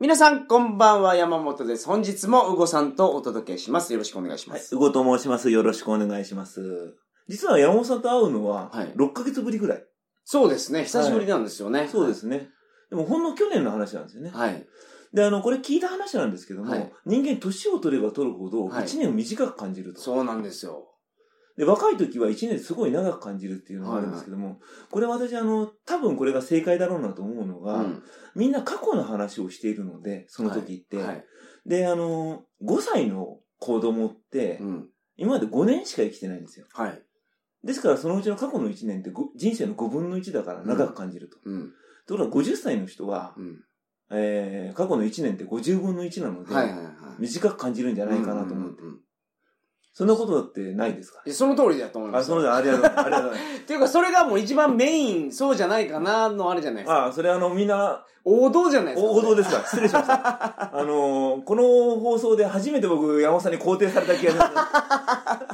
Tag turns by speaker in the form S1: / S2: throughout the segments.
S1: 皆さん、こんばんは、山本です。本日も、うごさんとお届けします。よろしくお願いしま
S2: はい、
S1: す。
S2: うごと申します。よろしくお願いします。実は山本さんと会うのは
S1: はい、
S2: 6ヶ月ぶりぐらい。
S1: そうですね、久しぶりなんですよね。
S2: そうで。すね。でもほんの去年の話なんですよね。
S1: はい。
S2: で、あの、これ聞いた話なんですけども、
S1: はい
S2: 人間年を取れば取るほど、
S1: はい
S2: 1年を短く感じると。
S1: そうなんですよ。
S2: で、若い時は1年すごい長く感じるっていうのがあるんですけども、これ私、あの、多分これが正解だろうなと思うの
S1: う
S2: が、。みんな過去の話をしているので、その時って。
S1: はい。
S2: で、あの、5歳の子供って、
S1: うん。
S2: 今まで5年しか生きてないんですよ。
S1: はい。
S2: ですから、そのうちの過去の1年ってご人生の5分の1だから長く感じると。
S1: うん。
S2: ところが50歳の人は
S1: う、ん。
S2: えー過去の1年って50分の1なので、
S1: はいはいはい。
S2: 短く感じるんじゃないかなと思って。
S1: うんうんうんうん
S2: そんなことだってないですか
S1: いやその通りだと思いま
S2: あ、
S1: す。
S2: そのありがとうございます。ありがとうござい ま
S1: っていうか、それがもう一番メイン、そうじゃないかな、のあれじゃないですか。
S2: す。あ、それあの、みんな、
S1: 王道じゃないですか。
S2: お王道です か失礼しました。あのーこの放送で初めて僕、山本さんに肯定された気がしま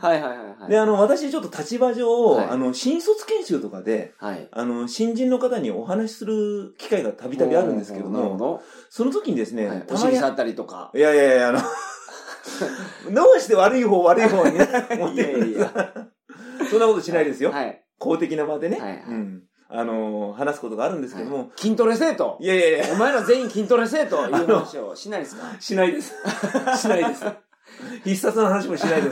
S1: はいはいはい
S2: す。
S1: はい。
S2: で、あの、私ちょっと立場上、
S1: はい
S2: あの、新卒研修とかで、
S1: はい。
S2: あの、新人の方にお話しする機会がたびたびあるんですけど
S1: なるほ
S2: も、
S1: ど。
S2: その時にですね、
S1: はいお
S2: たま
S1: 尻
S2: に
S1: 触ったりとか。
S2: いやいやいや、あの、どうして悪い方悪い方にね、持ってくるんですかそんなことしないですよ。
S1: はい。
S2: 公的な場でね、
S1: はいはい
S2: うん。あのー話すことがあるんですけども、
S1: はい筋トレせえと
S2: い、。やいやいや、
S1: お前ら全員筋トレせえという話をしないですか
S2: しないです。しないです。必殺の話もしないで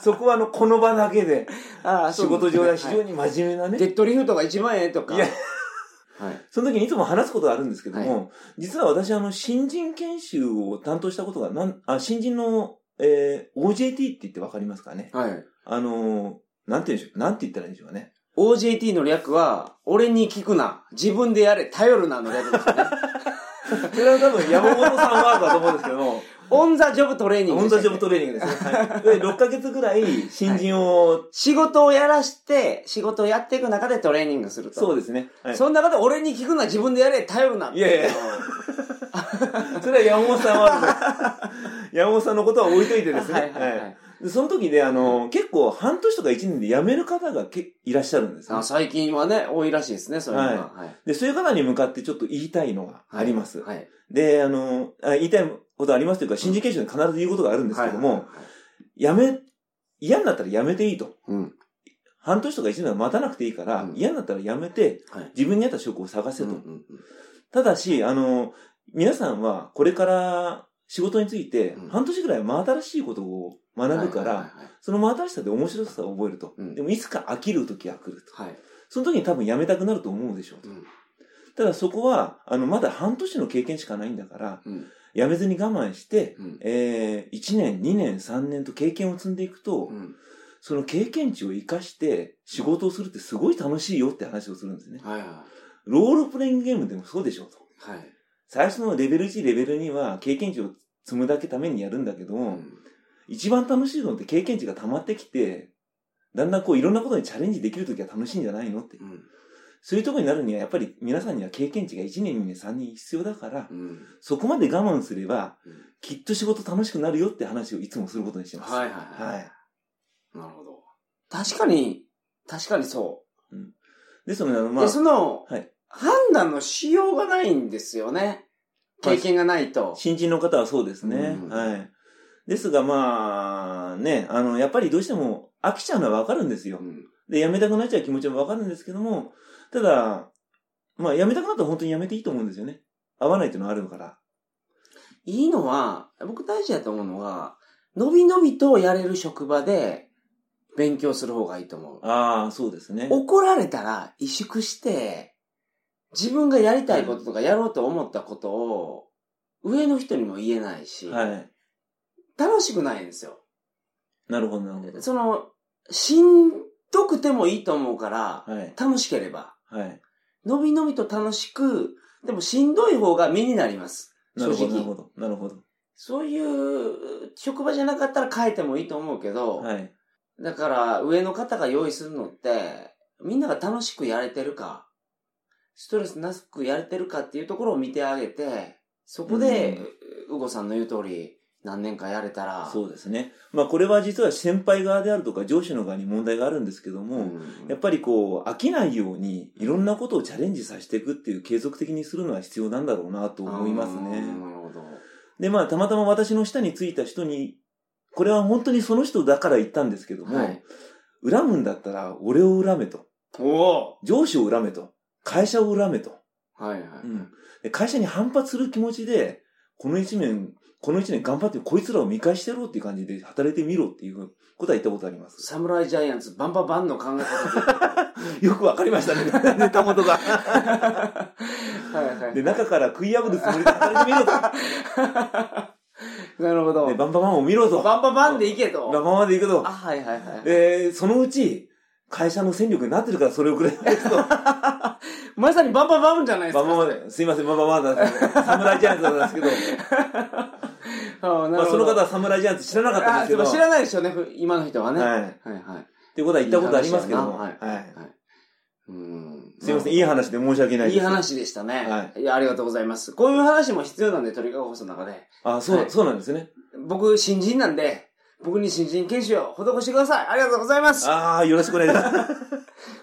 S2: す。そこはあの、この場だけで、
S1: あ
S2: 仕事上では非常
S1: に。
S2: に真面目なね、
S1: デッドリフトが一番ええとか。
S2: いや
S1: はい。
S2: その時にいつも話すことがあるんですけども、実は私あの、新人研修を担当したことが、なん、あ、新人の、えー、OJT って言ってわかりますかね。
S1: はい。
S2: あのーなんて言うんでしょう、なんて言ったらいいんでしょうね。
S1: OJT の略は、俺に聞くな、自分でやれ、頼るなの略ですよね。
S2: それは多分山本さんワークだと思うんですけども、
S1: オンザジョブトレーニングで
S2: 本
S1: した
S2: 当
S1: っ
S2: に
S1: け。
S2: ジョブトレーニングです ね。はい、で6ヶ月ぐらい新人を、
S1: 仕事をやらして、仕事をやっていく中でトレーニングすると。
S2: そうですね。はい、
S1: そ
S2: そ
S1: の中で俺に聞くな、自分でやれ、頼るなってうのを
S2: いやいやれは山本さんワークです。山本さんのことは置いといてです
S1: は
S2: ね
S1: い。はいは
S2: はい
S1: い。
S2: でその時で、あの、結構半年とか1年で辞める方がけいらっしゃるんですね
S1: あ最近はね、多いらしいですね、そういうのが。はい。
S2: で、そういう方に向かってちょっと言いたいのがあります。
S1: はい。
S2: で、あのあ、言いたいことありますというか、新人研修で必ず言うことがあるんですけども、辞め、嫌になったら辞めていいと。
S1: うん。
S2: 半年とか1年は待たなくていいから、
S1: うん
S2: 嫌になったら辞めて、
S1: はい
S2: 自分に合った職を探せと。
S1: うん
S2: ただし、あの、皆さんはこれから仕事について
S1: うん、
S2: 半年ぐらい真新しいことを学ぶから、、その真新しさで面白さを覚えると。
S1: うん
S2: でもいつか飽きる時が来ると。
S1: はいはいはいはい。
S2: その時に多分辞めたくなると思うでしょうと。
S1: うん
S2: ただそこは、あの、まだ半年の経験しかないんだから、
S1: うん
S2: 辞めずに我慢して、
S1: うん
S2: えー、1年、2年、3年と経験を積んでいくと、
S1: うん
S2: その経験値を生かして仕事をするってすごい楽しいよって話をするんですね。
S1: はいはい
S2: ロールプレイングゲームでもそうでしょうと。
S1: はい。
S2: 最初のレベル1、レベル2は経験値を積むだけためにやるんだけど
S1: う
S2: も、
S1: ん
S2: 一番楽しいのって経験値が溜まってきて、だんだんこういろんなことにチャレンジできるときは楽しいんじゃないのって。
S1: うん
S2: そういうとこになるにはやっぱり皆さんには経験値が1年、2年、3年必要だから、
S1: うん
S2: そこまで我慢すれば
S1: うん
S2: きっと仕事楽しくなるよって話をいつもすることにしてます。
S1: はいはい
S2: は。
S1: はいい。なるほど。確かに、確かにそ
S2: ですので、あの、
S1: う。
S2: まあ
S1: で、、その
S2: はい、
S1: 判断のしようがないんですよね。
S2: まあ
S1: 経験がないと。
S2: 新人の方はそうですね。
S1: うん
S2: はい。ですが、まあ、ね、あの、やっぱりどうしても飽きちゃうのはわかるんですよ
S1: う。ん
S2: で、辞めたくなっちゃう気持ちもわかるんですけども、ただ、まあ、辞めたくなったら本当に辞めていいと思うんですよね。合わないっていうのはあるから。
S1: いいのは、僕大事だと思うのは、のびのびとやれる職場で勉強する方がいいと思う。
S2: ああ、そうですね。
S1: 怒られたら萎縮して、自分がやりたいこととかやろうと思ったことを、上の人にも言えないし、
S2: はい。
S1: 楽しくないんですよ。
S2: なるほど、なるほ
S1: その、しんどくてもいいと思うから、
S2: ど。はい。
S1: 楽しければ。
S2: はい。
S1: のびのびと楽しく、でもしんどい方が身になります。
S2: なるほ
S1: 正
S2: ど、なるほ
S1: 直。
S2: ど。なるほど。
S1: そういう職場じゃなかったら変えてもいいと思うけど、
S2: はい。
S1: だから上の方が用意するのって、みんなが楽しくやれてるか、ストレスなくやれてるかっていうところを見てあげて、そこで、うごさんの言う通り、何年かやれたら。
S2: そうですね。まあこれは実は先輩側であるとか上司の側に問題があるんですけども、
S1: うん
S2: やっぱりこう、飽きないように、いろんなことをチャレンジさせていくっていう継続的にするのは必要なんだろうなと思います
S1: あ
S2: ね。
S1: ーなるほど。
S2: で、まあ、たまたま私の下についた人に、これは本当にその人だから言ったんですけども、
S1: はい。
S2: 恨むんだったら、俺を恨めと。
S1: おお
S2: 上司を恨めと。会社を恨めと。
S1: はいはい。
S2: うんで会社に反発する気持ちで、この一年、この一年頑張ってこいつらを見返してやろうっていう感じで働いてみろっていうことは言ったことあります。
S1: サムライジャイアンツバンババンの考え方
S2: よくわかりましたね。 ネタ元が。
S1: で。はいはい。
S2: で、中から食い破るつもりで働いてみろと。
S1: なるほど。
S2: で、バンバンバンを見ろと。バン
S1: バンババンでいけ
S2: バ
S1: と。
S2: ンまで行くと
S1: あ、。はいはいはい。
S2: で、そのうち、会社の戦力になってるからそれをくれ。
S1: まさにバンバンバンじゃないです
S2: バ
S1: か。
S2: ンバンまで。すいません、バンバンまでなんですけど。侍ジャイアンツなん ですけど。
S1: あーな
S2: まあ、
S1: る
S2: そ
S1: ほ
S2: の
S1: ど。
S2: 方は侍ジャイアンツ知らなかったん
S1: あ
S2: で
S1: ー
S2: すけ
S1: で
S2: ど。
S1: も知らないですよね、ふ今の人はね。
S2: はい。っ
S1: はいはい。
S2: てことは言ったことありますけど
S1: い
S2: も。
S1: い話や
S2: はい。
S1: うん。
S2: すいません、いい話で申し訳ない
S1: い
S2: です。
S1: い。話でしたね。。
S2: はい
S1: や、ありがとうございます。こういう話も必要なんで、鳥かご放送の中で。
S2: あ、そう、
S1: はい
S2: そうなんですね。
S1: 僕、新人なんで、僕に新人研修を施してください。ありがとうございます。
S2: ああ、よろしくお願い します。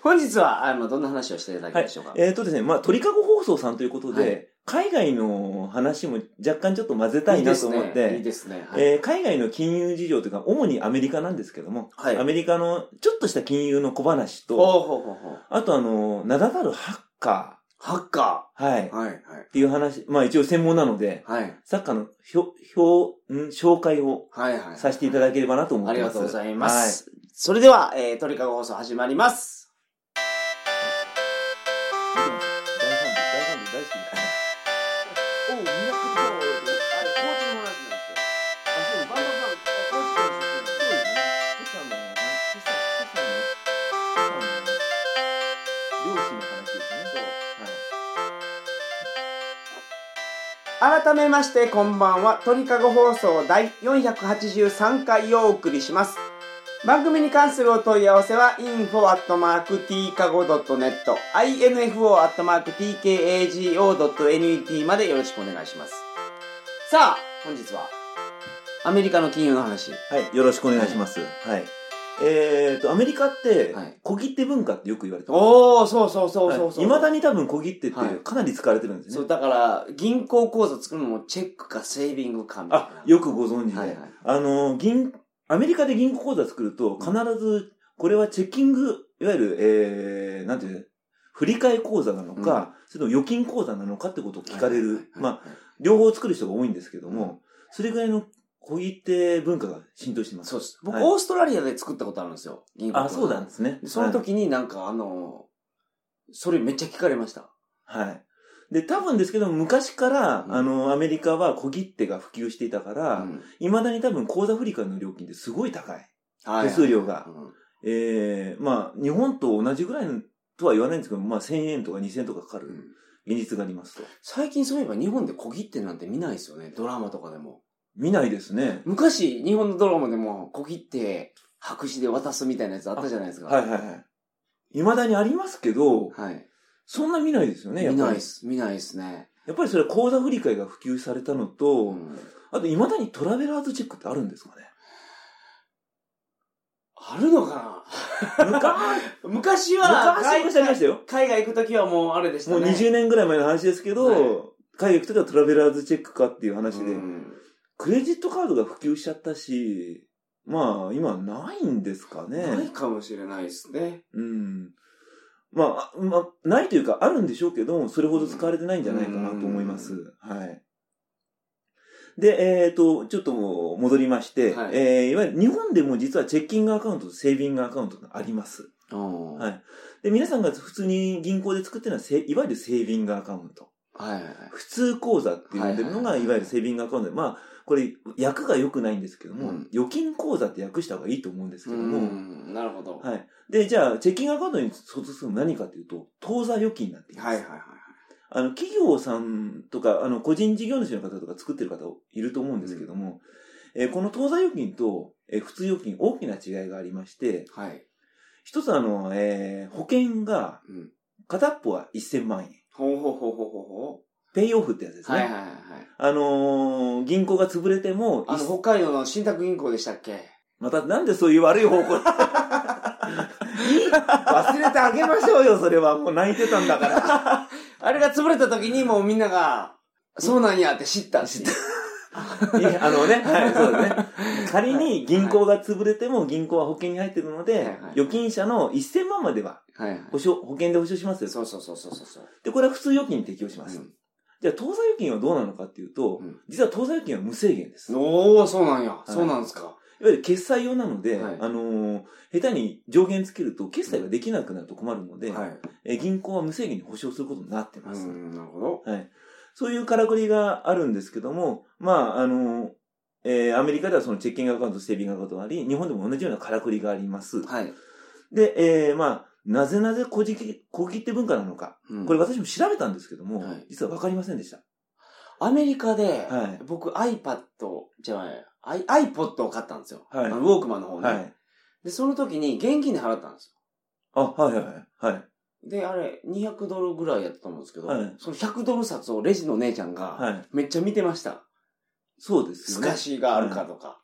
S1: 本日は、あの、どんな話をしていただきましょうか。
S2: えっとですね、まあ、鳥かご放送さんということで、
S1: はい
S2: 海外の話も若干ちょっと混ぜたいなと思って、
S1: いいですね。いいですねはい
S2: えー海外の金融事情というか、主にアメリカなんですけども、
S1: はい
S2: アメリカのちょっとした金融の小話
S1: ほう
S2: と、
S1: ほうほうほう。
S2: あとあの、名だたるハッカ
S1: ハッカ
S2: ー、はい、
S1: ー。はい、はい。
S2: っていう話、まあ一応専門なので、
S1: はい。
S2: サッカーのひょ、ひょうん紹介を
S1: はい、はい。
S2: させていただければなと思っ
S1: あ
S2: て
S1: り
S2: ま
S1: が
S2: す。
S1: とうございます。それでは、えー、鳥かご放送始まります。
S2: はい。大ファンです大ファンです大好きです
S1: おう、ミラクルパワーあれ、コーチの話なんですよ。あ、そう、バンバンバン、コーチの話です
S2: そうですね。今朝の、今朝、今朝の、今朝の、両親の話ですね。
S1: 改めましてこんばんは鳥かご放送第483回をお送りします番組に関するお問い合わせは info.tkago.net info.tkago.net までよろしくお願いしますさあ本日はアメリカの金融の話
S2: はい。はい。よろしくお願いします。はい。えっと、アメリカって
S1: はい、
S2: 小切手文化ってよく言われてます。
S1: おおそうそうそうそうそう
S2: いまだに多分小切手って
S1: はい
S2: かなり使われてるんです
S1: そ
S2: ね
S1: う。だから銀行口座作るのもチェックかセービングかみたいな
S2: あ、よくご存知
S1: はいは
S2: で
S1: い。
S2: あの、銀、アメリカで銀行口座作ると、必ず、これはチェッキング、いわゆる、えー、なんていう、振り替え口座なのか、それとも預金口座なのかってことを聞かれ
S1: はいはい
S2: る。
S1: はい
S2: まあ、両方作る人が多いんですけども、それぐらいの小切手文化が浸透してます。
S1: そうです。僕、
S2: はい
S1: オーストラリアで作ったことあるんですよ。銀行口
S2: あ、
S1: 座
S2: そうなんですね。
S1: その時になんかあの、それめっちゃ聞かれました。
S2: はい。はい。で、多分ですけど、昔から、
S1: うん
S2: あの、アメリカは小切手が普及していたから、
S1: うん
S2: 未だに多分口座振り替えの料金ってすごい高い。
S1: はい
S2: 手数料が。
S1: うん
S2: ええまあ、日本と同じぐらいとは言わないんですけど、まあ、1000円とか2000円とかか
S1: う
S2: かる
S1: ん
S2: 現実がありますと。
S1: 最近そういえば日本で小切手なんて見ないですよね。ドラマとかでも。
S2: 見ないですね。
S1: 昔、日本のドラマでも小切手白紙で渡すみたいなやつあったじゃないですか。
S2: はいはいはい。未だにありますけど、
S1: はい。
S2: そんな見ないですよね、やっ
S1: 見
S2: ぱ
S1: ない
S2: り
S1: で。す。見ないですね。
S2: やっぱりそれは口座振り替えが普及されたのと、
S1: うん
S2: あと、未だにトラベラーズチェックってあるんですかね
S1: あるのか
S2: 昔
S1: な昔は、
S2: 昔昔ありましたよ。
S1: 海外行くときはもうあれでした
S2: も
S1: ね。
S2: う20年ぐらい前の話ですけど、
S1: はい
S2: 海外行くときはトラベラーズチェックかっていう話で、
S1: うん
S2: クレジットカードが普及しちゃったし、まあ、今ないんですかね。
S1: ないかもしれないですね。
S2: うん。まあ、まあ、ないというか、あるんでしょうけど、それほど使われてないんじゃないかなと思います。はい。で、えっ、と、ちょっともう戻りまして、
S1: はい
S2: えーいわゆる日本でも実はチェッキングアカウントとセービングアカウントがあります。
S1: うん
S2: はいで、皆さんが普通に銀行で作ってるのはせ、いわゆるセービングアカウント。
S1: はいはいはい。
S2: 普通口座って呼んでるの
S1: はいは
S2: が、
S1: いはい
S2: いわゆるセービングアカウントで、まあ、これ、訳が良くないんですけども、
S1: うん
S2: 預金口座って訳した方がいいと思うんですけども、
S1: うんなるほど。
S2: はい。で、じゃあ、チェッキングアカウントに相当するのは何かというと、当座預金になっています。
S1: はいはいはい。
S2: あの、企業さんとか、あの、個人事業主の方とか作ってる方いると思うんですけども、えーこの当座預金と、えー普通預金、大きな違いがありまして、
S1: はい。
S2: 一つあの、えー保険が
S1: うん、
S2: 片っぽは1000万円。
S1: ほうほうほうほうほうほ
S2: ペイオフってやつで
S1: う。
S2: すね。
S1: はいはいはい。
S2: あのー銀行が潰れても、
S1: あ
S2: い
S1: の、
S2: っ
S1: 北海道の信託銀行でしたっけ
S2: またなんでそういう悪い方向いい忘れてあげましょうよ、それは。もう泣いてたんだから。
S1: あれが潰れた時にもうみんなが、そうなんやって知ったし。
S2: い やあのね、はい、そうだ ね。仮に銀行が潰れても銀行は保険に入ってるので、
S1: はいはい
S2: 預金者の1000万までは
S1: はいはい。
S2: 保証、保険で保証しますよ。
S1: そうそうそうそうそう。
S2: で、これは普通預金に適用します。じゃあ、当座預金はどうなのかっていうと、
S1: うん
S2: 実は当座預金は無制限です。
S1: う
S2: い
S1: ん、
S2: わ
S1: おー、そうなんや。
S2: い
S1: そうなんですか。
S2: ゆる決済用なので、
S1: はい
S2: あのー下手に上限つけると決済ができなくなると困るので、
S1: はい。
S2: え銀行は無制限に保証することになってま
S1: う
S2: す。
S1: ん、なるほど。
S2: はい。そういうからくりがあるんですけども、まあ、あの、えーアメリカではそのチェッキングアカウント、セービングアカウントがあり、日本でも同じようなからくりがあります。
S1: はい。
S2: で、えーまあ、なぜなぜ小切手小切手文化なのか。
S1: うん
S2: これ私も調べたんですけども、
S1: はい
S2: 実はわかりませんでした。
S1: アメリカで、
S2: はい
S1: 僕 iPad、じゃあ、アイ iPod を買ったんですよ。
S2: はい
S1: あのウォークマンの方ね、
S2: はい。
S1: で、その時に現金で払ったんです
S2: あ、はいはいはい。はい。
S1: よ。で、あれ、200ドルぐらいやったと思うんですけど、
S2: はい
S1: その100ドル札をレジの姉ちゃんが、
S2: はい。
S1: めっちゃ見てました。
S2: そうで
S1: 透
S2: すよね
S1: か。しがあるかとか。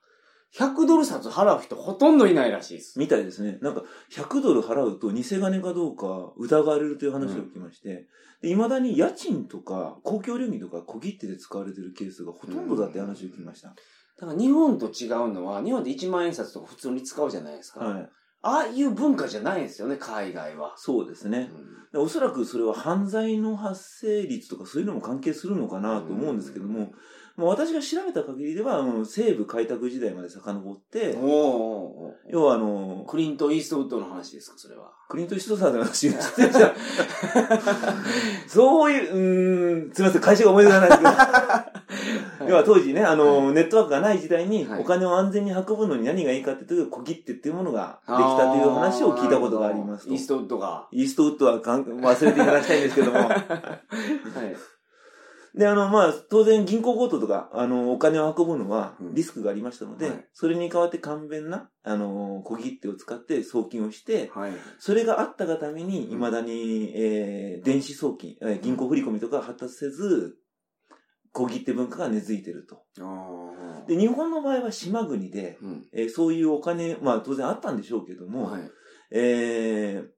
S1: 100ドル札払う人ほとんどいないらしいです。
S2: みたいですね。なんか、100ドル払うと偽金かどうか疑われるという話を聞きまして、い、ま、だに家賃とか公共料金とか小切手で使われてるケースがほとんどだって話を聞きました。
S1: だから日本と違うのは、日本で1万円札とか普通に使うじゃないですか。
S2: はい。
S1: ああいう文化じゃないんですよね、海外は。
S2: そうです
S1: う
S2: ね。
S1: ん
S2: でおそらくそれは犯罪の発生率とかそういうのも関係するのかなと思うんですけども、まあ私が調べた限りでは、あの西部開拓時代まで遡っ
S1: おー、
S2: て
S1: おーおー
S2: 要はあの、
S1: クリント・イーストウッドの話ですか、それは。
S2: クリント・イーストさんの話に移って きたそういう、うーん、すみません、会社が思い出せないですけど。 要は当時ね、あの、ネットワークがない時代に、
S1: はい
S2: お金を安全に運ぶのに何がいいかっていうと、小切手っていうものができたという話を聞いたことがあります
S1: あー
S2: と。
S1: イーストウッ ドが。は
S2: イーストウッドはかん忘れていただきたいんですけども。
S1: い。
S2: で、あの、まあ、当然銀行強盗とか、あの、お金を運ぶのは
S1: うん
S2: リスクがありましたので、
S1: はい
S2: それに代わって簡便な、あの、小切手を使って送金をして、
S1: はい。
S2: それがあったがために、未だに、えー電子送金、えー銀行振り込みとか発達せず、小切手文化が根付いてると。
S1: あー
S2: で、日本の場合は島国で、
S1: うん。
S2: えーそういうお金、まあ当然あったんでしょうけども、
S1: はい。
S2: えー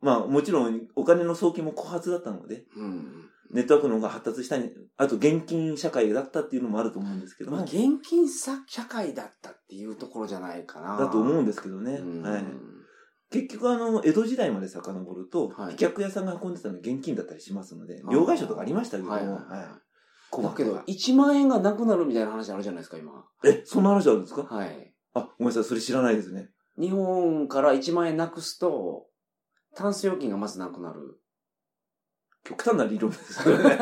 S2: まあもちろんお金の送金も枯発だったので、
S1: うん。
S2: ネットワークの方が発達したり、あと現金社会だったっていうのもあると思うんですけど
S1: まあ、
S2: も、
S1: 現金さ社会だったっていうところじゃないかな。
S2: だと思うん
S1: で
S2: ですけどね。
S1: うん
S2: はい、結局あの、江戸時代まで遡ると、
S1: はい
S2: 飛脚屋さんが運んでたのは現金だったりしますので
S1: あ、ー
S2: 両替商とかありましたけども、
S1: はいはい
S2: はい
S1: は
S2: 小
S1: い。だ
S2: 判と
S1: け
S2: か
S1: ど、1万円がなくなるみたいな話あるじゃないですか、今。
S2: え、そんな話あるんですか、
S1: はい。
S2: あ、ごめんなさい、それ知らないですね。
S1: 日本から1万円なくすと、タンス預金がまずなくなる。
S2: 極端な理論ですけどね。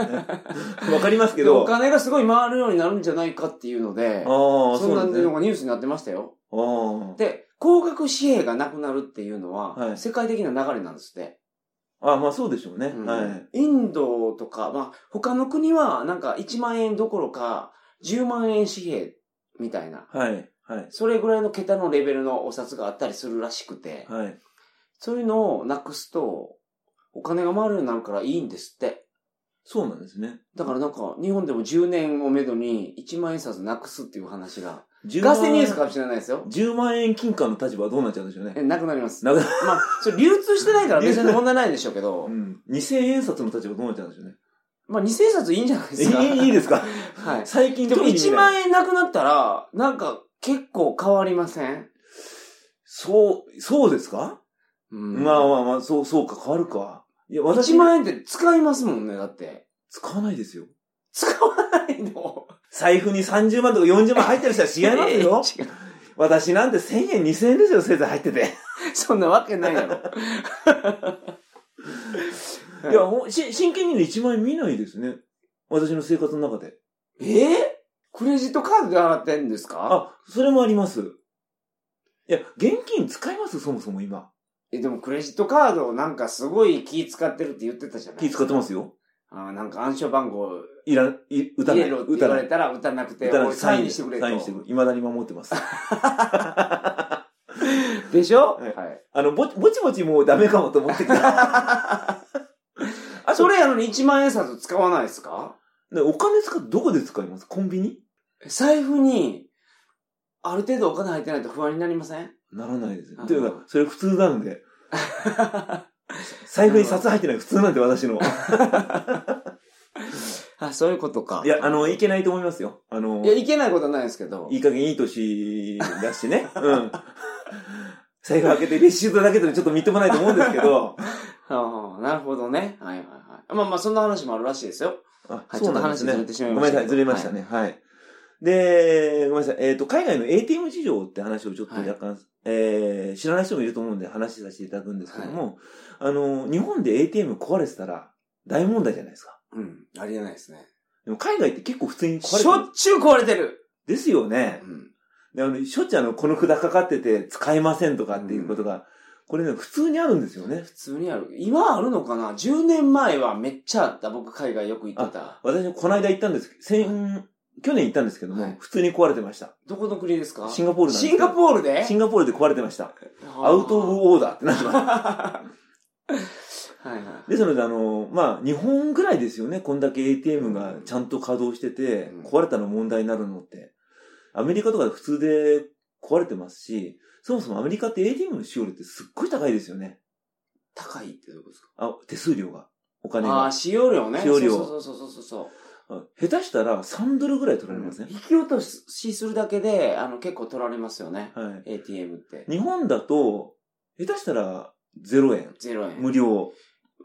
S2: わかりますけど。
S1: お
S2: あ
S1: 金がすごい回るようになるんじゃないかっていうので
S2: あ、ー、
S1: そ
S2: そうんな
S1: なん
S2: です
S1: の
S2: ね。
S1: がニュースになってましたよ。
S2: あー
S1: で、高額紙幣がなくなるっていうの
S2: は
S1: は、
S2: い
S1: 世界的な流れなんですって。
S2: あー、まあそうでしょうね。
S1: うん
S2: はい。
S1: インドとか、まあ、他の国は、なんか1万円どころか、10万円紙幣みたいな、
S2: はい。はい。
S1: それぐらいの桁のレベルのお札があったりするらしくて、
S2: はい。
S1: そういうのをなくすと、お金が回るようになるからいいんですって。
S2: そうなんですね。
S1: だからなんか、日本でも10年をめどに1万円札なくすっていう話が、
S2: 10
S1: ガセニュースかもしれないですよ。
S2: 10万円金貨の立場はどうなっちゃうんでしょう
S1: え
S2: ね。
S1: なくなります。ま
S2: なく
S1: あ、それ流通してないから別に問題ないんでしょうけど
S2: う、ん。2000円札の立場どうなっちゃうんでしょうね。
S1: まあ、2000札いいんじゃないですか。
S2: えいいいいですか
S1: はい。
S2: 最近
S1: でも
S2: 特に
S1: 1万円なくなったら、なんか結構変わりません
S2: そう、そうですか、
S1: うん
S2: まあまあまあ、そう、そうか、変わるか。いや、私、
S1: 1万円って使いますもんね、だって。
S2: 使わないですよ。
S1: 使わないの。
S2: 財布に30万とか40万入ってる人は違い ます
S1: えー
S2: よ。
S1: 違う
S2: 私なんて1000円、2000円ですよ、せいぜい入ってて。
S1: そんなわけないやろ。
S2: いや、ほんし真剣にね、1万円見ないですね。私の生活の中で。
S1: えークレジットカードで払ってんですか
S2: あ、それもあります。いや、現金使いますそもそも今。
S1: え、でもクレジットカードなんかすごい気使ってるって言ってたじゃない
S2: 気使ってます
S1: よ。
S2: よ。
S1: あーなんか暗証番号
S2: いら、い、打た
S1: 入
S2: ない。
S1: れろって
S2: 打
S1: 言
S2: た
S1: わ
S2: な
S1: れ
S2: い。
S1: たら打たなくて、
S2: 打たない。
S1: 俺サインしてくれと。
S2: サインしてくれ。未だに守ってます。
S1: でしょ、
S2: はい
S1: はい、
S2: あの、ぼち、ぼちぼちもうダメか もと思ってた。あ
S1: それやのに1万円札使わないですか
S2: でお金使ってどこで使いますコンビニ
S1: 財布に、ある程度お金入ってないと不安になりません
S2: ならないですよ
S1: あ。ー
S2: というか、それ普通なんで。財布に札入ってない普通なんで、私 の。
S1: あ、そういうことか。
S2: いや、あの、いけないと思いますよ。あの
S1: い、や、いけないことはないですけど。
S2: いい加減いい年だしね。うん。財布開けてレシートだけでちょっとみっともないと思うんですけど。
S1: ああ、なるほどね。はいはいはい。まあまあ、そんな話もあるらしいですよ。
S2: あ
S1: はい
S2: そうなんですね
S1: ちょっと話ずれてしまい
S2: ご
S1: ま
S2: め
S1: し
S2: ん
S1: た
S2: な
S1: けど
S2: さい、ずれましたね。はい。で、ごめんなさい。えっ、と、海外の ATM 事情って話をちょっと
S1: はい
S2: 若干、えー知らない人もいると思うんで話しさせていただくんですけども、あの、日本で ATM 壊れてたら大問題じゃないですか。
S1: うん。ありえないですね。
S2: でも海外って結構普通に壊れ
S1: してょ
S2: る。
S1: っちゅう壊れてる
S2: ですよね
S1: う。ん。
S2: であのしょっちゅうあの、この札かかってて使えませんとかっていうことが、これね、普通にあるんですよね。
S1: 普通にある。今あるのかな ?10 年前はめっちゃあった。僕海外よく行ってた。
S2: 私、この間行ったんです、先、去年行ったんですけども、
S1: はい
S2: 普通に壊れてました。
S1: どこの国ですか
S2: シンガポールなんです
S1: シンガポールで
S2: シンガポールで壊れてました。
S1: はあ
S2: アウト オブオーダーってなってます。
S1: はいはい。
S2: ですので、あの、まあ、日本ぐらいですよね。こんだけ ATM がちゃんと稼働してて
S1: うん、
S2: 壊れたの問題になるのって。アメリカとか普通で壊れてますし、そもそもアメリカって ATM の使用率ってすっごい高いですよね。
S1: 高いってどういうことですか
S2: あ、手数料が。お金
S1: ああー、
S2: が。
S1: 使用量ね。
S2: 使用量
S1: そうそうそうそうそう
S2: あ下手したら3ドルぐらい取られませ
S1: そ
S2: ん
S1: う。、引き落としするだけで、あの、結構取られますよね。
S2: は
S1: ATM って
S2: い。。日本だと、下手したら0円。
S1: 0円。
S2: 無料。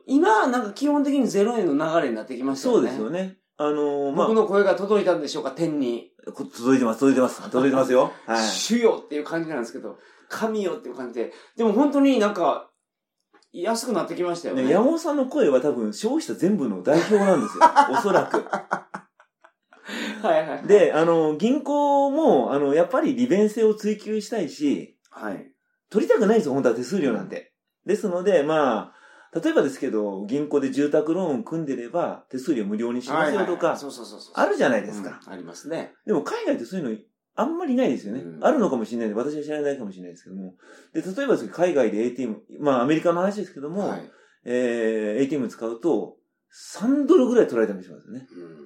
S1: 今、なんか基本的に0円の流れになってきました
S2: そ
S1: よ
S2: う
S1: ね。
S2: ですよね。あのーま
S1: 僕の声が届いたんでしょうか、天に。
S2: あ、こ届いてます、届いてます。届いてますよ。はい。
S1: 主よっていう感じなんですけど、神よっていう感じで。でも本当になんか、安くなってきましたよね。
S2: ね、山本さんの声は多分消費者全部の代表な んですよ。おそらく。
S1: はいはい。
S2: で、あの、銀行も、あの、やっぱり利便性を追求したいし、
S1: はい。
S2: 取りたくないんですよ、本当は手数料なんて。ですので、まあ、例えばですけど、銀行で住宅ローンを組んでれば、手数料無料にしますよと
S1: はいはいはい
S2: か、
S1: そうそうそうそう。
S2: あるじゃないですか。
S1: うんありますね。
S2: でも海外ってそういうの、あんまりないですよね。
S1: うん
S2: あるのかもしれないんで、私は知らないかもしれないですけども。で、例えばですけど海外で ATM、まあ、アメリカの話ですけども、
S1: はい。
S2: えー、ATM 使うと、3ドルぐらい取られたりしますよね。
S1: うん。うん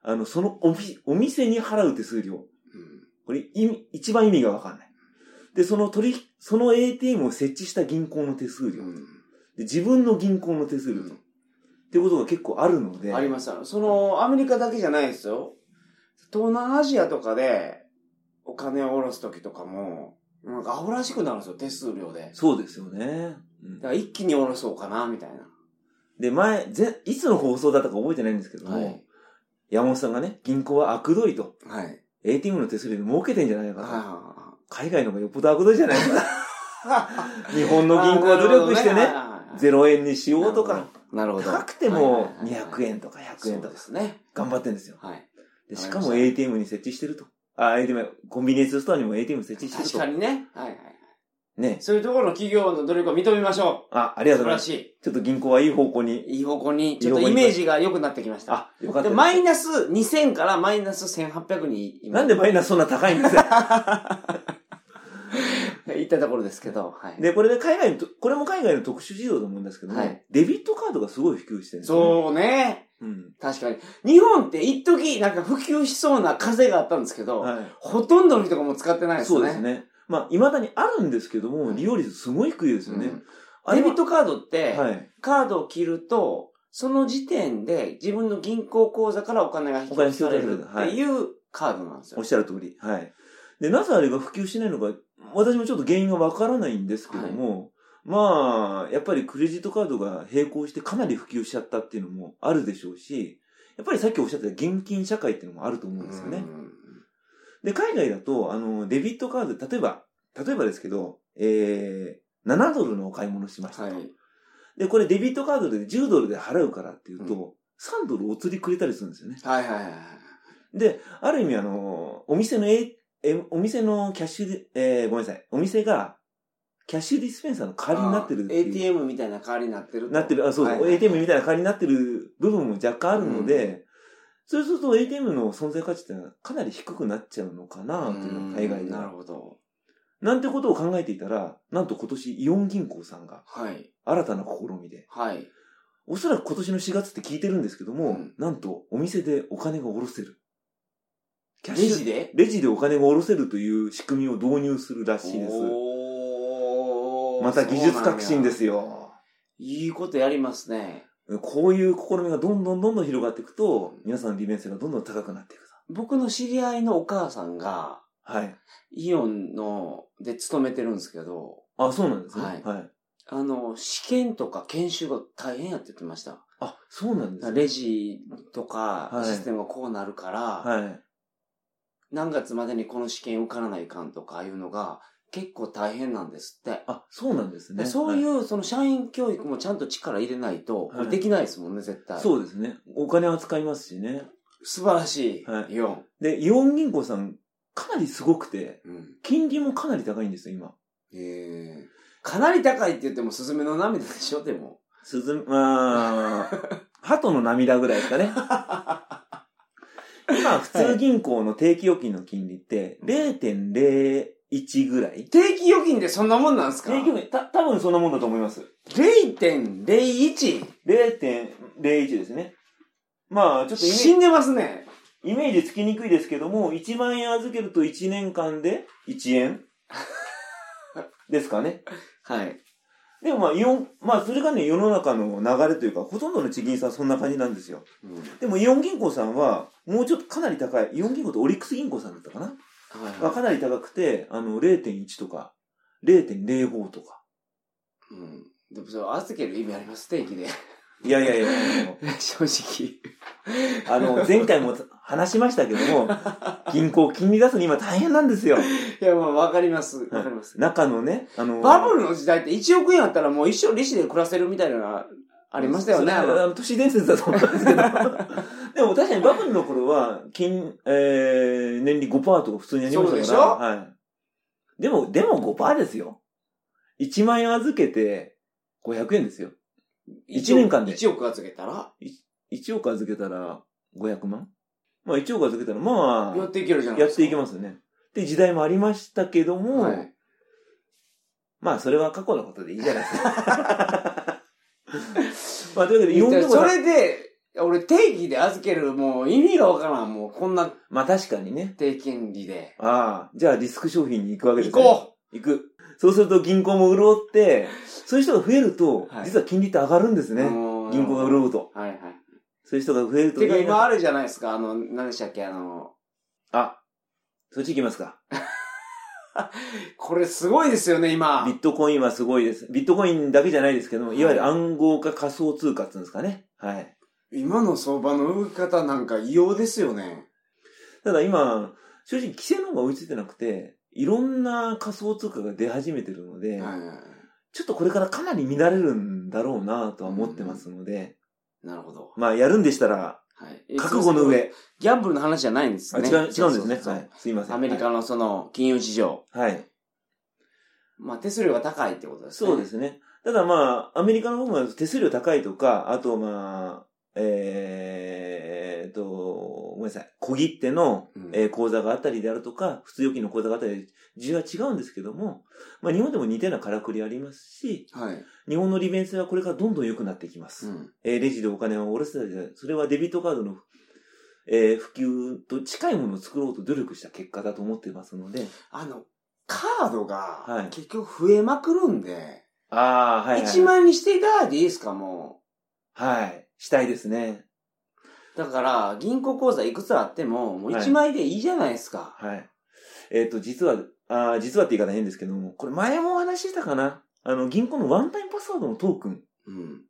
S2: あの、そのおみお店に払う手数料。これ、意味一番意味がわかんない。で、その取り、その ATM を設置した銀行の手数料。
S1: うん
S2: で、自分の銀行の手数料
S1: う
S2: と。
S1: ん
S2: ってことが結構あるので。
S1: あります。あのその、アメリカだけじゃないですよ。東南アジアとかで、お金を下ろすときとかも、なんかアホらしくなるんですよ、手数料で。
S2: そうですよね。うん
S1: だから一気に下ろそうかな、みたいな。
S2: で、前、ぜ、いつの放送だったか覚えてないんですけども、
S1: はい。
S2: 山本さんがね、銀行は悪どいと、
S1: はい。
S2: ATM の手数料で儲けてんじゃないかと。
S1: あ
S2: 海外の方がよっぽど悪どいじゃないか。 日本の銀行は
S1: は
S2: 努力 してね、
S1: ロ
S2: 0円にしようとか、。
S1: なるほど。
S2: 高くても
S1: はいはいはい
S2: 200円とか100
S1: そ
S2: 円と
S1: う
S2: か
S1: ですね。
S2: 頑張ってんですよ。
S1: はい。
S2: で
S1: わか
S2: し
S1: り
S2: か
S1: ました
S2: も ATM に設置してると。あ、ATM、コンビニエンスストアにも ATM 設置してる
S1: 確
S2: と。
S1: かにね。はいはいはい。
S2: ね。
S1: そういうところの企業の努力を認めましょ
S2: あ、あり
S1: う。
S2: が
S1: 素
S2: と
S1: 晴
S2: うござい
S1: ら
S2: ます。
S1: し
S2: ちょっと銀行はいい方向に。
S1: い。いい方向に、ちょっとイメージが良くなってきました。
S2: あ、よかっ
S1: で、
S2: たです。
S1: マイナス2000からマイナス1800に今
S2: なんでマイナスそんな高いんですか
S1: 行ったところですけど、はい。
S2: で、これで海外のと、これも海外の特殊事情だと思うんですけども、
S1: はい
S2: デビットカードがすごい普及してるんですよ
S1: そうね。
S2: ね。うん。
S1: 確かに。日本って一時なんか普及しそうな風があったんですけど、
S2: はい。
S1: ほとんどの人がもう使ってないですね。
S2: そうですね。まあ、未だにあるんですけども、利用率すごい低いですよね。
S1: うん
S2: あれ
S1: デ
S2: は
S1: ビットカードって、
S2: はい。
S1: カードを切ると、その時点で自分の銀行口座からお金が引き落とされる
S2: お
S1: っ
S2: 金
S1: て
S2: 引
S1: いうカードなんですよ。
S2: おっしゃる通り。はい。で、なぜあれが普及しないのか、私もちょっと原因がわからないんですけども、まあ、やっぱりクレジットカードが並行してかなり普及しちゃったっていうのもあるでしょうし、やっぱりさっきおっしゃった現金社会っていうのもあると思うんですよね。
S1: うん
S2: で、海外だと、あの、デビットカード、例えば、例えばですけど、えー、7ドルのお買い物しました
S1: は
S2: と。
S1: い。
S2: で、これデビットカードで10ドルで払うからっていうと、
S1: う
S2: 3ドルお釣りくれたりするんですよね。
S1: はいはいはい。
S2: で、ある意味あの、お店の、え、えお店のキャッシュで、えーごめんなさい。お店が、キャッシュディスペンサーの代わりになってるっていう。
S1: ATM みたいな代わりになってると
S2: なってる、あ、そうそう、
S1: はいはい
S2: ATM みたいな代わりになってる部分も若干あるので、そうすると ATM の存在価値ってのはかなり低くなっちゃうのかな、っていうのが海外
S1: うん
S2: で
S1: なる
S2: は。
S1: ほど。
S2: なんてことを考えていたら、なんと今年イオン銀行さんが
S1: はい。
S2: 新たな試みで、
S1: はい。
S2: おそらく今年の4月って聞いてるんですけども、
S1: うん
S2: なんとお店でお金が下ろせる。キャ
S1: レ
S2: ッシュ
S1: ジで
S2: レジでお金が下ろせるという仕組みを導入するらしいです。
S1: おー
S2: また技術革新ですよ。
S1: いいことやりますね。
S2: こういう試みがどんどんどんどん広がっていくと、皆さんの利便性がどんどん高くなっていくと。
S1: 僕の知り合いのお母さんが、
S2: はい。
S1: イオンの、で勤めてるんですけど、
S2: あ、そうなんですね。
S1: は
S2: はいい。
S1: あの、試験とか研修が大変やって言ってました。
S2: あ、そうなんですね。
S1: レジとか
S2: はい
S1: システムがこうなるから、
S2: はい。
S1: 何月までにこの試験受からないかんとかああいうのが結構大変なんですって。
S2: あ、そうなんです
S1: で
S2: ね。、
S1: そういうう、その社員教育もちゃんと力入れないと、
S2: はい
S1: できないですもんね、絶対。
S2: そうですね。お金は使いますしね。
S1: 素晴らしい。
S2: はい
S1: イオン。
S2: で、イオン銀行さん、かなりすごくて、
S1: うん。
S2: 金利もかなり高いんですよ、今。
S1: ええかなり高いって言っても、スズメの涙でしょ、でも。
S2: すず、まあ、鳩の涙ぐらいですか ね。今、普通銀行の定期預金の金利って、0.01ぐらい
S1: 定期預金でそんなもんなんですか
S2: 定期預金、た、多分そんなもんだと思います。
S1: 0.01!
S2: 0.01ですね。まあ、ちょっとイメ
S1: 死んでますね。
S2: イメージつきにくいですけども、1万円預けると1年間で1円 ですかね。
S1: はい。
S2: でもまあ、イオン、まあ、それがね、世の中の流れというか、ほとんどの地銀さんはそんな感じなんですよ。
S1: うん
S2: でも、イオン銀行さんは、もうちょっとかなり高い、イオン銀行とオリックス銀行さんだったかな
S1: はい
S2: がかなり高くて、あの、0.1とか、0.05とか。
S1: うん。でも、それ預ける意味あります、定期で。
S2: いやいやいや、もう
S1: 正直。
S2: あ の、前回も話しましたけども、銀行金利出すの今大変なんですよ。
S1: いや、まあ、わかります。わかります。
S2: 中のね、あの、
S1: バブルの時代って1億円あったらもう一生利子で暮らせるみたいなのありましたよね。
S2: それあの都市伝説だと思ったんで すけど。でも確かにバブルの頃は、金、えー、年利5%とか普通にありました
S1: そ
S2: から。
S1: うでしょ
S2: はい。でも、でも5%ですよ。1万円預けて、500円ですよ。一年間で
S1: 1億預けたら、
S2: 1億預けたら、500万まあ1億預けたら、ま
S1: やっていけるじゃ
S2: あ、
S1: ない
S2: や
S1: で
S2: っ
S1: すか。
S2: ていけますよね。って時代もありましたけども、
S1: はい。
S2: まあそれは過去のことでいいじゃないですか。 まあというわけで、いろんなこと
S1: それで、俺定期で預ける、もう意味がわからん。もうこんな
S2: まあ確かにね。
S1: 低金利で。
S2: ああ、じゃあリスク商品に行くわけで
S1: 行
S2: すね。
S1: こ
S2: う行く。そうすると銀行も潤って、そういう人が増えると、
S1: はい
S2: 実は金利って上がるんです
S1: う
S2: ね。
S1: もう
S2: 銀行が潤うと。
S1: はいはい。
S2: そういう人が増えるとい
S1: て
S2: い
S1: か
S2: な
S1: 今あるじゃないですか、あの、何でしたっけ、あの、
S2: あ、そっち行きますか。
S1: これすごいですよね、今
S2: ビ。ットコインはすごいです。ビットコインだけじゃないですけども、
S1: はい
S2: いわゆる暗号化仮想通貨っていうんですかね。はい。
S1: 今の相場の動き方なんか異様ですよね。
S2: ただ今、正直規制の方が追いついてなくて、いろんな仮想通貨が出始めてるので、
S1: はいはいはい
S2: ちょっとこれからかなり乱れるんだろうなとは思ってますので、
S1: なるほど。
S2: まあやるんでしたら、
S1: はい。
S2: 覚悟の上。。
S1: ギャンブルの話じゃないんです
S2: あ違
S1: ね。
S2: う、違うんです
S1: そう
S2: ね。
S1: そうそう
S2: はい。すいません。
S1: アメリカのその金融市場。
S2: はい。はい。
S1: まあ手数料が高いってことですね。
S2: そうで。すね。ただまあ、アメリカの方が手数料高いとか、あとまあ、えーっと、ごめんなさい。小切手の、
S1: うん
S2: えー口座があったりであるとか、普通預金の口座があったり、事情は違うんですけども、まあ日本でも似たようなからくりありますし、
S1: はい。
S2: 日本の利便性はこれからどんどん良くなっていきます。
S1: うん。
S2: えーレジでお金を下ろせたりだそれはデビットカードの、えー普及と近いものを作ろうと努力した結果だと思ってますので。
S1: あの、カード
S2: は
S1: が
S2: い
S1: 結局増えまくるんで、
S2: ああ、はい、はい。
S1: 1万円にしていただいていいですか、も
S2: はい。したいですね。
S1: う。だから、銀行口座いくつあっても、もう1枚でいいじゃないですか。
S2: はい。えっ、と、実は、あー実はって言い方変ですけども、これ前もお話ししたかな。あの、銀行のワンタイムパスワードのトークン、
S1: うん。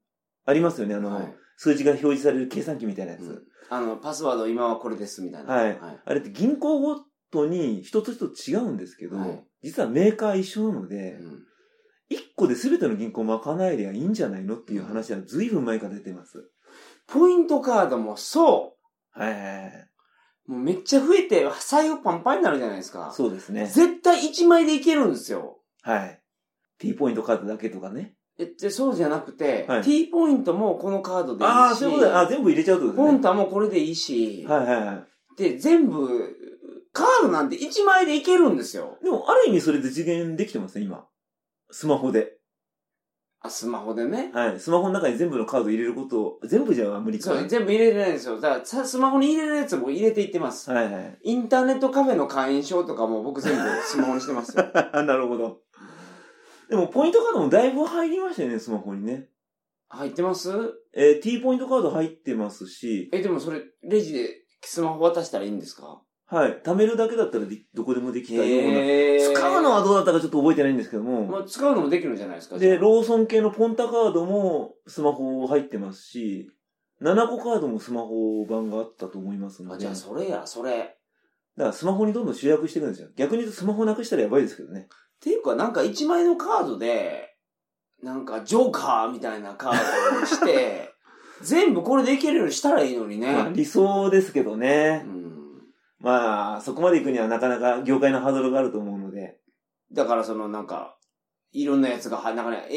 S2: ありますよね。あの、
S1: はい
S2: 数字が表示される計算機みたいなやつ。
S1: うんあの、パスワード今はこれです、みたいな。
S2: はいあれって銀行ごとに一つ一つ違うんですけど、
S1: はい
S2: 実はメーカー一緒なので、
S1: うん
S2: 一個で全ての銀行を賄えりゃいいんじゃないのっていう話は随分前から出てます。
S1: ポイントカードもそ
S2: はいはいはい。
S1: う。もうめっちゃ増えて、財布パンパンになるじゃないですか。
S2: そうですね。
S1: 絶対1枚でいけるんですよ。
S2: はい。T ポイントカードだけとかね。
S1: えでそうじゃなくて、
S2: はい
S1: T ポイントもこのカードでいいし、
S2: ああ、そういうことだ。あ全部入れちゃうってこと
S1: ポン
S2: ね。
S1: タもこれでいいし、
S2: はいはいは
S1: で、全部、カードなんて1枚でいけるんですよ。
S2: い。でも、ある意味それで実現できてますね、今。スマホで。
S1: ああスマホでね。
S2: はい。スマホの中に全部のカード入れることを、全部じゃ無理か。
S1: そ
S2: は
S1: う、
S2: い
S1: 全部入れてないんですよ。だからさ、スマホに入れるやつも入れていってます。
S2: はい。
S1: インターネットカフェの会員証とかも僕全部 スマホにしてますよ。
S2: なるほど。でも、ポイントカードもだいぶ入りましたよね、スマホにね。
S1: 入ってます
S2: えー T ポイントカード入ってますし、
S1: え、でもそれ、レジでスマホ渡したらいいんですか
S2: はい。貯めるだけだったらでどこでもできたような。
S1: へー
S2: 使うのはどうだったかちょっと覚えてないんですけど
S1: ま
S2: も。
S1: あ、使うのもできるんじゃないですか
S2: で、
S1: じゃあ
S2: ローソン系のポンタカードもスマホ入ってますし、7個カードもスマホ版があったと思いますの
S1: あ
S2: で。
S1: じゃあ、それや、それ。
S2: だからスマホにどんどん集約していくんですよ。逆に言うとスマホなくしたらやばいですけどね。
S1: っていうか、なんか1枚のカードで、なんかジョーカーみたいなカードに して、全部これでいけるようにしたらいいのにね。
S2: まあ理想ですけど
S1: う
S2: ね。
S1: ん、
S2: まあ、そこまで行くにはなかなか業界のハードルがあると思うので。
S1: だからそのなんか、いろんなやつが、はなんかね、
S2: はいはい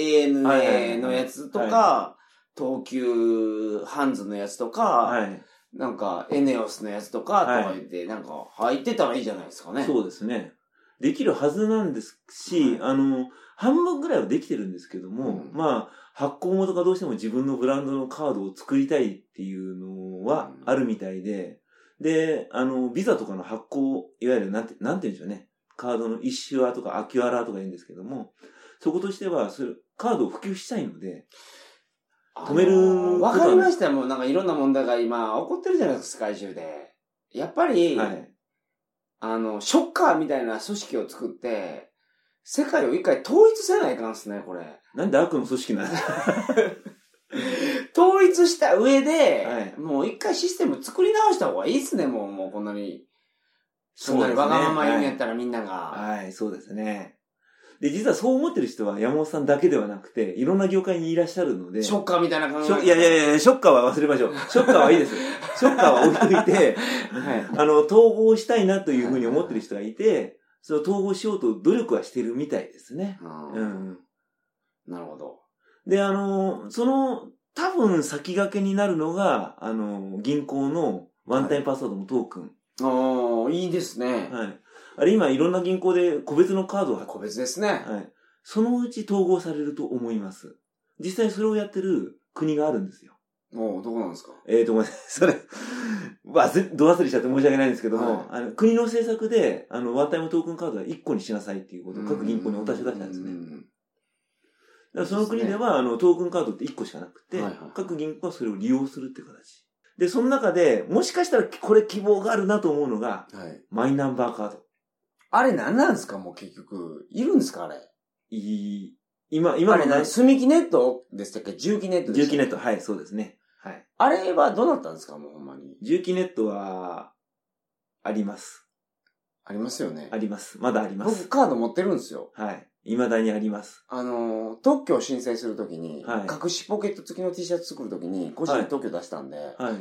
S2: は
S1: ANA
S2: い
S1: のやつとか、
S2: は
S1: 東急ハンズのやつとか、
S2: はい。
S1: なんかエネオスのやつとか、とか言って、なんか入ってたらいいじゃないですかね。
S2: そうですね。できるはずなんですし、あの、半分ぐらいはできてるんですけども、
S1: うん
S2: まあ、発行元がどうしても自分のブランドのカードを作りたいっていうのは
S1: うん
S2: あるみたいで、で、あの、ビザとかの発行、いわゆるなんて、なんて言うんでしょうね。カードのイシュアとかアキュアラとか言うんですけども、そことしては、それ、カードを普及したいので、
S1: あの
S2: 止めることは
S1: わかりましたよもうなんかいろんな問題が今起こってるじゃないですか、世界中で。やっぱり、
S2: はい。
S1: あの、ショッカーみたいな組織を作って、世界を一回統一せないかんっすね、これ。
S2: なんで悪の組織なんですか
S1: 統一した上で、
S2: はい
S1: もう一回システム作り直した方がいいっすね、もう、もうこんなに。 そんなにわがまま言うんやったらみんなが。
S2: はい、そうですね。で、実はそう思ってる人は山本さんだけではなくて、いろんな業界にいらっしゃるので、
S1: ショッカーみたいな感
S2: ショ
S1: じ。
S2: いやいやいや、ショッカーは忘れましょう。ショッカーはいいです。ショッカーは置いとい て、
S1: はい。
S2: あの、統合したいなというふうに思ってる人がいて、その統合しようと努力はしてるみたいですね。う
S1: うん
S2: ん。
S1: なるほど。
S2: で、あの、その、多分先駆けになるのが、あの、銀行のワンタイムパスワードのトークン。
S1: ああ、いいですね。
S2: はい。あれ今いろんな銀行で個別のカードを発
S1: 個別ですね。
S2: はい。そのうち統合されると思います。実際それをやってる国があるんですよ。
S1: もう、どこなんですか
S2: えーと、ごめんなさい。 それ、忘れ、ど忘れしちゃって申し訳ないんですけども、
S1: はい
S2: あの国の政策で、あの、ワンタイムトークンカードは1個にしなさいっていうことを各銀行にお達し出したんです
S1: う
S2: ね。だ
S1: ん
S2: からその国では、あの、トークンカードって1個しかなくて、
S1: はいはい
S2: 各銀行はそれを利用するっていう形。で、その中で、もしかしたらこれ希望があるなと思うのが、
S1: はい。
S2: マイナンバーカード。
S1: あれ何なんですかもう結局。いるんですかあれ。
S2: いい今、今
S1: あ
S2: の
S1: れ何住み木ネットでしたっけ住基ネットでした
S2: 重機
S1: っけ
S2: ネット、はい、そうですね。はい。
S1: あれはどうなったんですかもうほんまに。
S2: 重機ネットは、あります。
S1: ありますよね
S2: あ。ります。まだありま
S1: 僕
S2: す。
S1: カード持ってるんですよ。
S2: はい。未だにあります。
S1: あのー、特許を申請するときに、
S2: はい
S1: 隠しポケット付きの T シャツ作るときに、個人で特許出したんで、
S2: はい。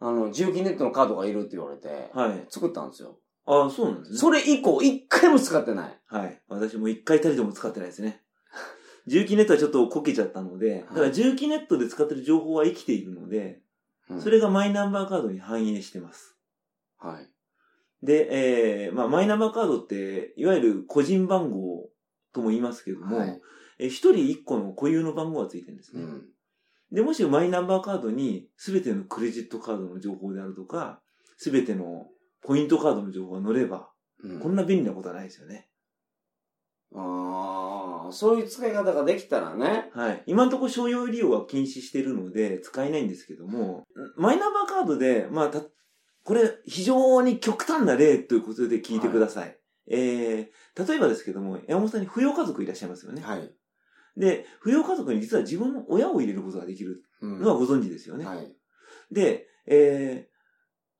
S1: あの、自由記ネットのカードがいるって言われて、
S2: はい。
S1: 作ったんですよ。
S2: ああ、そうなんですね。
S1: それ以降、一回も使ってない。
S2: はい。私も一回たりとも使ってないですね。 重機ネットはちょっとこけちゃったので、だから重機ネットで使ってる情報は生きているので、
S1: うん
S2: それがマイナンバーカードに反映してます。
S1: はい。
S2: で、えー、まあ、マイナンバーカードって、いわゆる個人番号とも言いますけども、
S1: はい
S2: えー一人一個の固有の番号がついてるんです
S1: う
S2: ね。
S1: ん。
S2: で、もしマイナンバーカードに、すべてのクレジットカードの情報であるとか、すべてのポイントカードの情報が載れば、
S1: うん
S2: こんな便利なことはないですよね。
S1: ああ、そういう使い方ができたらね。
S2: はい。今のところ商用利用は禁止してるので、使えないんですけども、マイナンバーカードで、まあ、た、これ、非常に極端な例ということで聞いてください。えー、例えばですけども、山本さんに扶養家族いらっしゃいますよね。
S1: はい。
S2: で、扶養家族に実は自分の親を入れることができる
S1: うん
S2: のはご存知ですよね。
S1: はい。
S2: で、え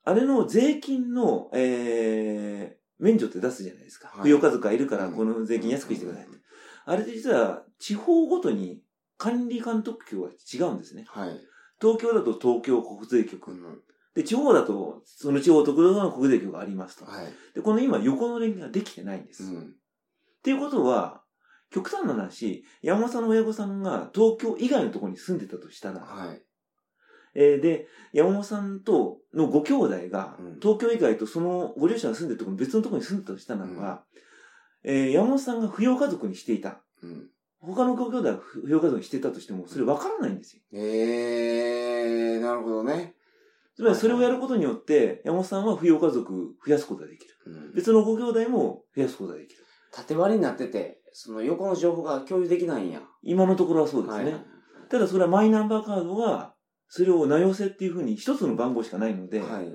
S2: ー、あれの税金の、えー、免除って出すじゃないですか。
S1: はい
S2: 扶養家族がいるから、
S1: うん
S2: この税金安くしてくださいって
S1: うん。
S2: あれって実は、地方ごとに管理監督局が違うんですね。
S1: はい。
S2: 東京だと東京国税
S1: う
S2: 局。
S1: ん
S2: で、地方だと、その地方特々の国税局がありますと。
S1: はい。
S2: で、この今、横の連携ができてないんです。
S1: う
S2: っ
S1: ん。
S2: ていうことは、極端な話、山本さんの親御さんが東京以外のところに住んでたとしたら、
S1: はい。
S2: えーで、山本さんとのご兄弟が
S1: うん、
S2: 東京以外とそのご両親が住んでるところの別のところに住んでたとしたならば、えー山本さんが扶養家族にしていた。
S1: うん。
S2: 他の公共団が不評価損してたとしても、それわからないんですよ。
S1: ええー、なるほどね。
S2: つまりそれをやることによって、山本さんは扶養家族増やすことができる。
S1: うん
S2: 別のご兄弟も増やすことができる。
S1: 縦割りになってて、その横の情報が共有できないんや。
S2: 今のところはそうです
S1: は
S2: ね。
S1: い
S2: ただそれはマイナンバーカードが、それを名寄せっていうふうに一つの番号しかないので、
S1: はい。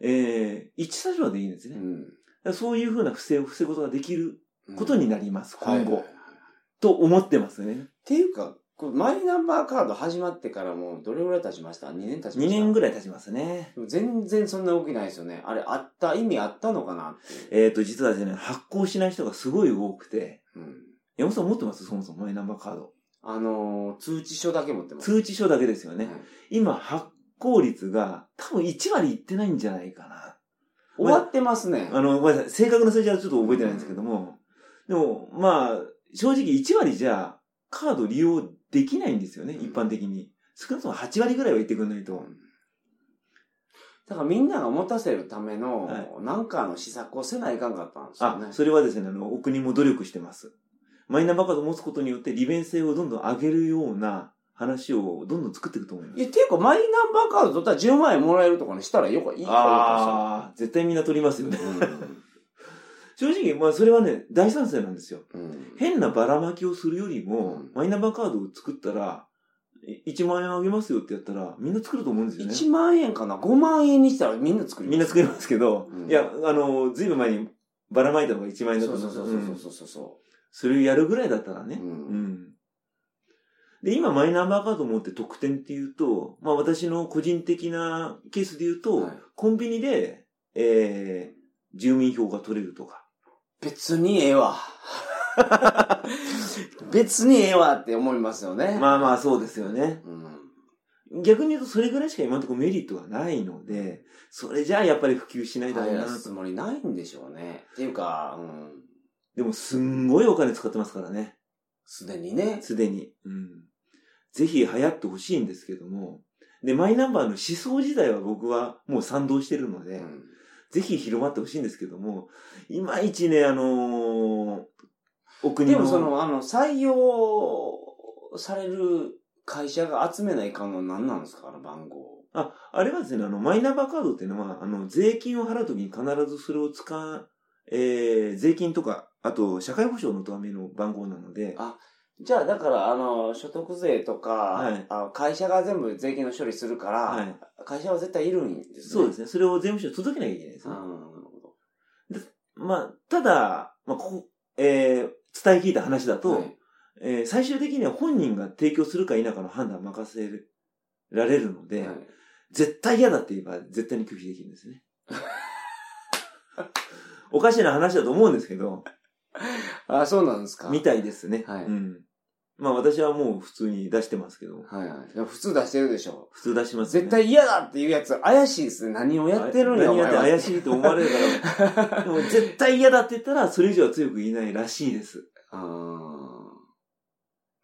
S2: えー、一致さでいいんですね。
S1: う
S2: だか
S1: ん。
S2: らそういうふうな不正を防ぐことができることになります、
S1: うんはい
S2: 今後、
S1: はいはい
S2: と思ってますね。
S1: っていうか、これマイナンバーカード始まってからもうどれぐらい経ちました ?2 年経ちま
S2: 2
S1: した。
S2: 年
S1: ぐ
S2: ぐらい経ちますね。
S1: らい。全然そんな動きないですよね。あれ、あった、意味あったのかなっていう。
S2: えっ、と、実はですね、発行しない人がすごい多くて、
S1: うん。
S2: 山本さん持ってますそもそもマイナンバーカード。
S1: あのー、通知書だけ持ってます。
S2: 通知書だけですよね。
S1: はい
S2: 今、発行率が多分1割いってないんじゃないかな。
S1: 終わってますね。
S2: あの、ごめんなさい。正確な数字はちょっと覚えてないんですけども。でも、まあ、正直1割じゃ、カード利用できないんですよね、
S1: うん
S2: 一般的に。少なくとも8割ぐらいは言ってくんないと。
S1: だからみんなが持たせるための
S2: はい、
S1: なんかの施策をせないかんかったんですよ
S2: あ
S1: ね、。
S2: それはですね、あの、お国も努力してます。マイナンバーカードを持つことによって利便性をどんどん上げるような話をどんどん作っていくと思いま
S1: いや、
S2: す。
S1: ていうか、マイナンバーカード取ったら10万円もらえるとかにしたらよくいいか
S2: ああ、絶対みんな取ります よね。
S1: もしれない
S2: 正直、まあそれはね、大賛成なんですよ。
S1: うんうん
S2: 変なばらまきをするよりも、
S1: うん
S2: マイナンバーカードを作ったら、い1万円あげますよってやったら、みんな作ると思うんですよね。
S1: 1万円かな ?5 万円にしたらみんな作り。
S2: みんな作りますすけど、
S1: うん
S2: いや、あの、ずいぶん前にばらまいたのが1万円だ
S1: そ
S2: った
S1: う
S2: の
S1: そう
S2: で
S1: そうそうそうそうそ
S2: それをやるぐらいだったら
S1: う。
S2: ね。
S1: ん
S2: うん。で、今、マイナンバーカード持って特典っていうと、まあ私の個人的なケースで言うと、
S1: はい
S2: コンビニで、えー、住民票が取れるとか。
S1: 別にええわ。別にええわって思いますよね。
S2: まあまあそうですよね。
S1: うん。
S2: 逆に言うとそれぐらいしか今のところメリットがないので、それじゃあやっぱり普及しない
S1: 流
S2: だろうな
S1: 行
S2: と。
S1: らすつもりないんでしょうね。っていうか、うん。
S2: でもすんごいお金使ってますからね。
S1: すでにね。
S2: すでに。うん。ぜひ流行ってほしいんですけども。で、マイナンバーの思想自体は僕はもう賛同してるので、
S1: うん
S2: ぜひ広まってほしいんですけども、いまいちね、あのーお国
S1: で
S2: の。
S1: もその、あの、採用される会社が集めないかんのは何なんですかあの番号。
S2: あ、あれはですね、あの、マイナンバーカードっていうのは、あの、税金を払うときに必ずそれを使う、えー、税金とか、あと、社会保障のための番号なので、
S1: あじゃあ、だから、あの、所得税とか、
S2: はい
S1: あの会社が全部税金の処理するから、
S2: はい。
S1: 会社は絶対いるんですね。。
S2: そうですすね。それを税務署に届けなきゃいけないです
S1: あ
S2: ね
S1: あ、な。るほど。
S2: まあ、ただ、まあ、ここ、えー、伝え聞いた話だと、
S1: はい
S2: えー最終的には本人が提供するか否かの判断を任せられるので、
S1: はい
S2: 絶対嫌だって言えば絶対に拒否できるんで すね。おかしな話だと思うんですけど、
S1: あ、そうなんですか。
S2: みたいですね。
S1: はい
S2: うん。まあ私はもう普通に出してますけど、
S1: はいはい。でも普通出してるでしょ。
S2: 普通出しますね。
S1: 絶対嫌だっていうやつ、怪しいですね。何をやってるんや、
S2: 何やって怪
S1: い。
S2: しいと思われる から、でも絶対嫌だって言ったら、それ以上は強く言えないらしいです。
S1: あ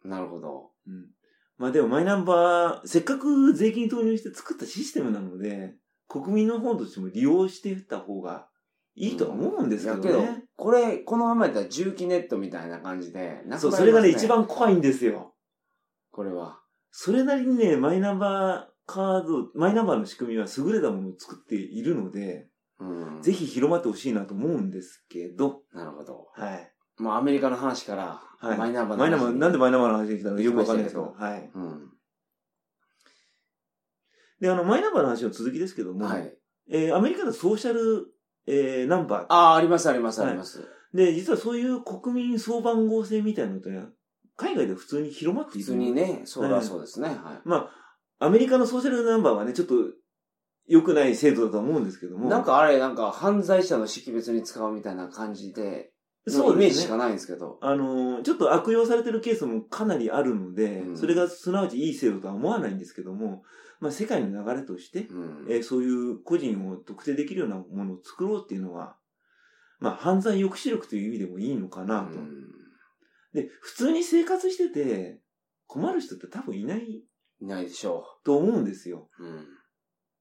S1: ーなるほど。
S2: うん。まあでもマイナンバー、せっかく税金投入して作ったシステムなので、国民の方としても利用していった方がいいとは思うんですけどね。
S1: やけど、これ、このままやったら重機ネットみたいな感じで、なくなります
S2: そう、それがね、一。番怖いんですよ。
S1: これは。
S2: それなりにね、マイナンバーカード、マイナンバーの仕組みは優れたものを作っているので、
S1: うん。
S2: ぜひ広まってほしいなと思うんですけど、
S1: なるほど。
S2: はい。
S1: もうアメリカの話から、
S2: はい
S1: マイナンバーの
S2: マイ
S1: 話
S2: ナ
S1: に
S2: ンバー、なんでマイナンバーの話が来たのかよくわかんないですけ
S1: 聞
S2: ど
S1: き、
S2: はい。
S1: うん。
S2: で、あの、マイナンバーの話の続きですけども、
S1: はい。
S2: えーアメリカのソーシャル、えーナンバー。
S1: ああ、ありますあります
S2: はい
S1: あります。
S2: で、実はそういう国民総番号制みたいなのってね、海外で普通に広まってい
S1: 普
S2: る。
S1: 通にね、それ
S2: は
S1: はいそうですね。は
S2: まあ、アメリカのソーシャルナンバーはね、ちょっと良くない制度だと思うんですけど
S1: い。
S2: も。
S1: なん、かあれ、なんか犯罪者の識別に使うみたいな感じで、
S2: そ
S1: そうう
S2: ですね
S1: イメージしかないんですけど。
S2: あのーちょっと悪用されてるケースもかなりあるので、
S1: うん
S2: それがすなわちいい制度とは思わないんですけども、まあ、世界の流れとして、
S1: うん。
S2: えーそういう個人を特定できるようなものを作ろうっていうのは、まあ、犯罪抑止力という意味でもいいのかなと。
S1: うん
S2: で、普通に生活してて、困る人って多分いない
S1: いないでしょ
S2: と思うんですよ。
S1: う。うん。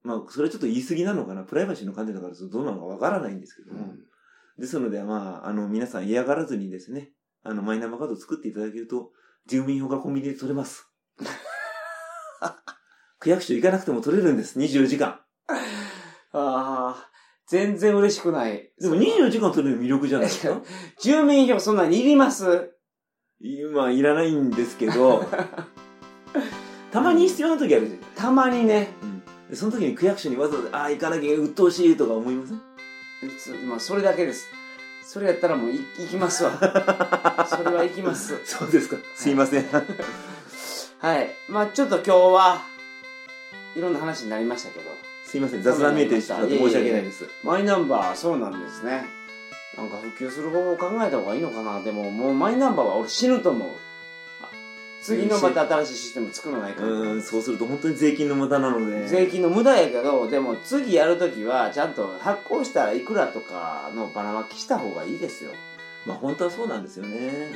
S2: まあ、それはちょっと言い過ぎなのかな。プライバシーの観点だからちょっとどうなのかわからないんですけども。ですので、まあ、あの、皆さん嫌がらずにですね、あの、マイナンバーカードを作っていただけると、住民票がコンビニで取れ ます。区役所行かなくても取れるんです、24時間。
S1: ああ、全然嬉しくない。
S2: でも24時間取れる魅力じゃないですか
S1: 住民票そんなにいります
S2: 今、いらないんですけど、 たまに必要な時あるじゃん。
S1: たまにね、
S2: でその時に区役所にわざわざ、ああ、行かなきゃ鬱陶しいとか思いません
S1: つまあ、それだけです。それやったらもうい行きます わ。それは行きます。
S2: そうですか。 すいません。
S1: はい。まあちょっと今日は、いろんな話になりましたけど、
S2: すいません。雑談メーテしまって申し訳ないです。
S1: マイナンバー、そうなんですね。なんか普及する方法を考えた方がいいのかな。でももうマイナンバーは俺死ぬと思う。あ次のまた新しいシステム作らないか
S2: う
S1: ら。
S2: ーん、そうすると本当に税金の無駄なので。
S1: 税金の無駄やけど、でも次やるときはちゃんと発行したらいくらとかのばらまきした方がいいですよ。
S2: まあ本当はそうなんですよね。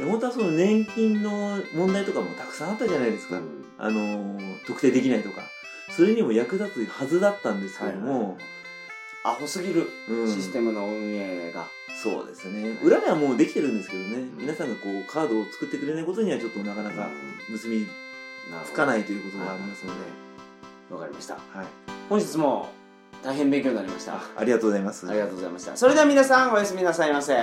S2: うん。で本当はその年金の問題とかもたくさんあったじゃないですか。あのー特定できないとか。それにも役立つはずだったんですけども。
S1: アホすぎる
S2: うん
S1: システムの運営が。
S2: そうですね。裏ではもうできてるんですけどね。皆さんがこうカードを作ってくれないことにはちょっとなかなか結びつかないいということがありますので。
S1: わかりました。
S2: はい。
S1: 本日も大変勉強になりました。
S2: ありがとうございます。
S1: ありがとうございました。それでは皆さんおやすみなさいませ。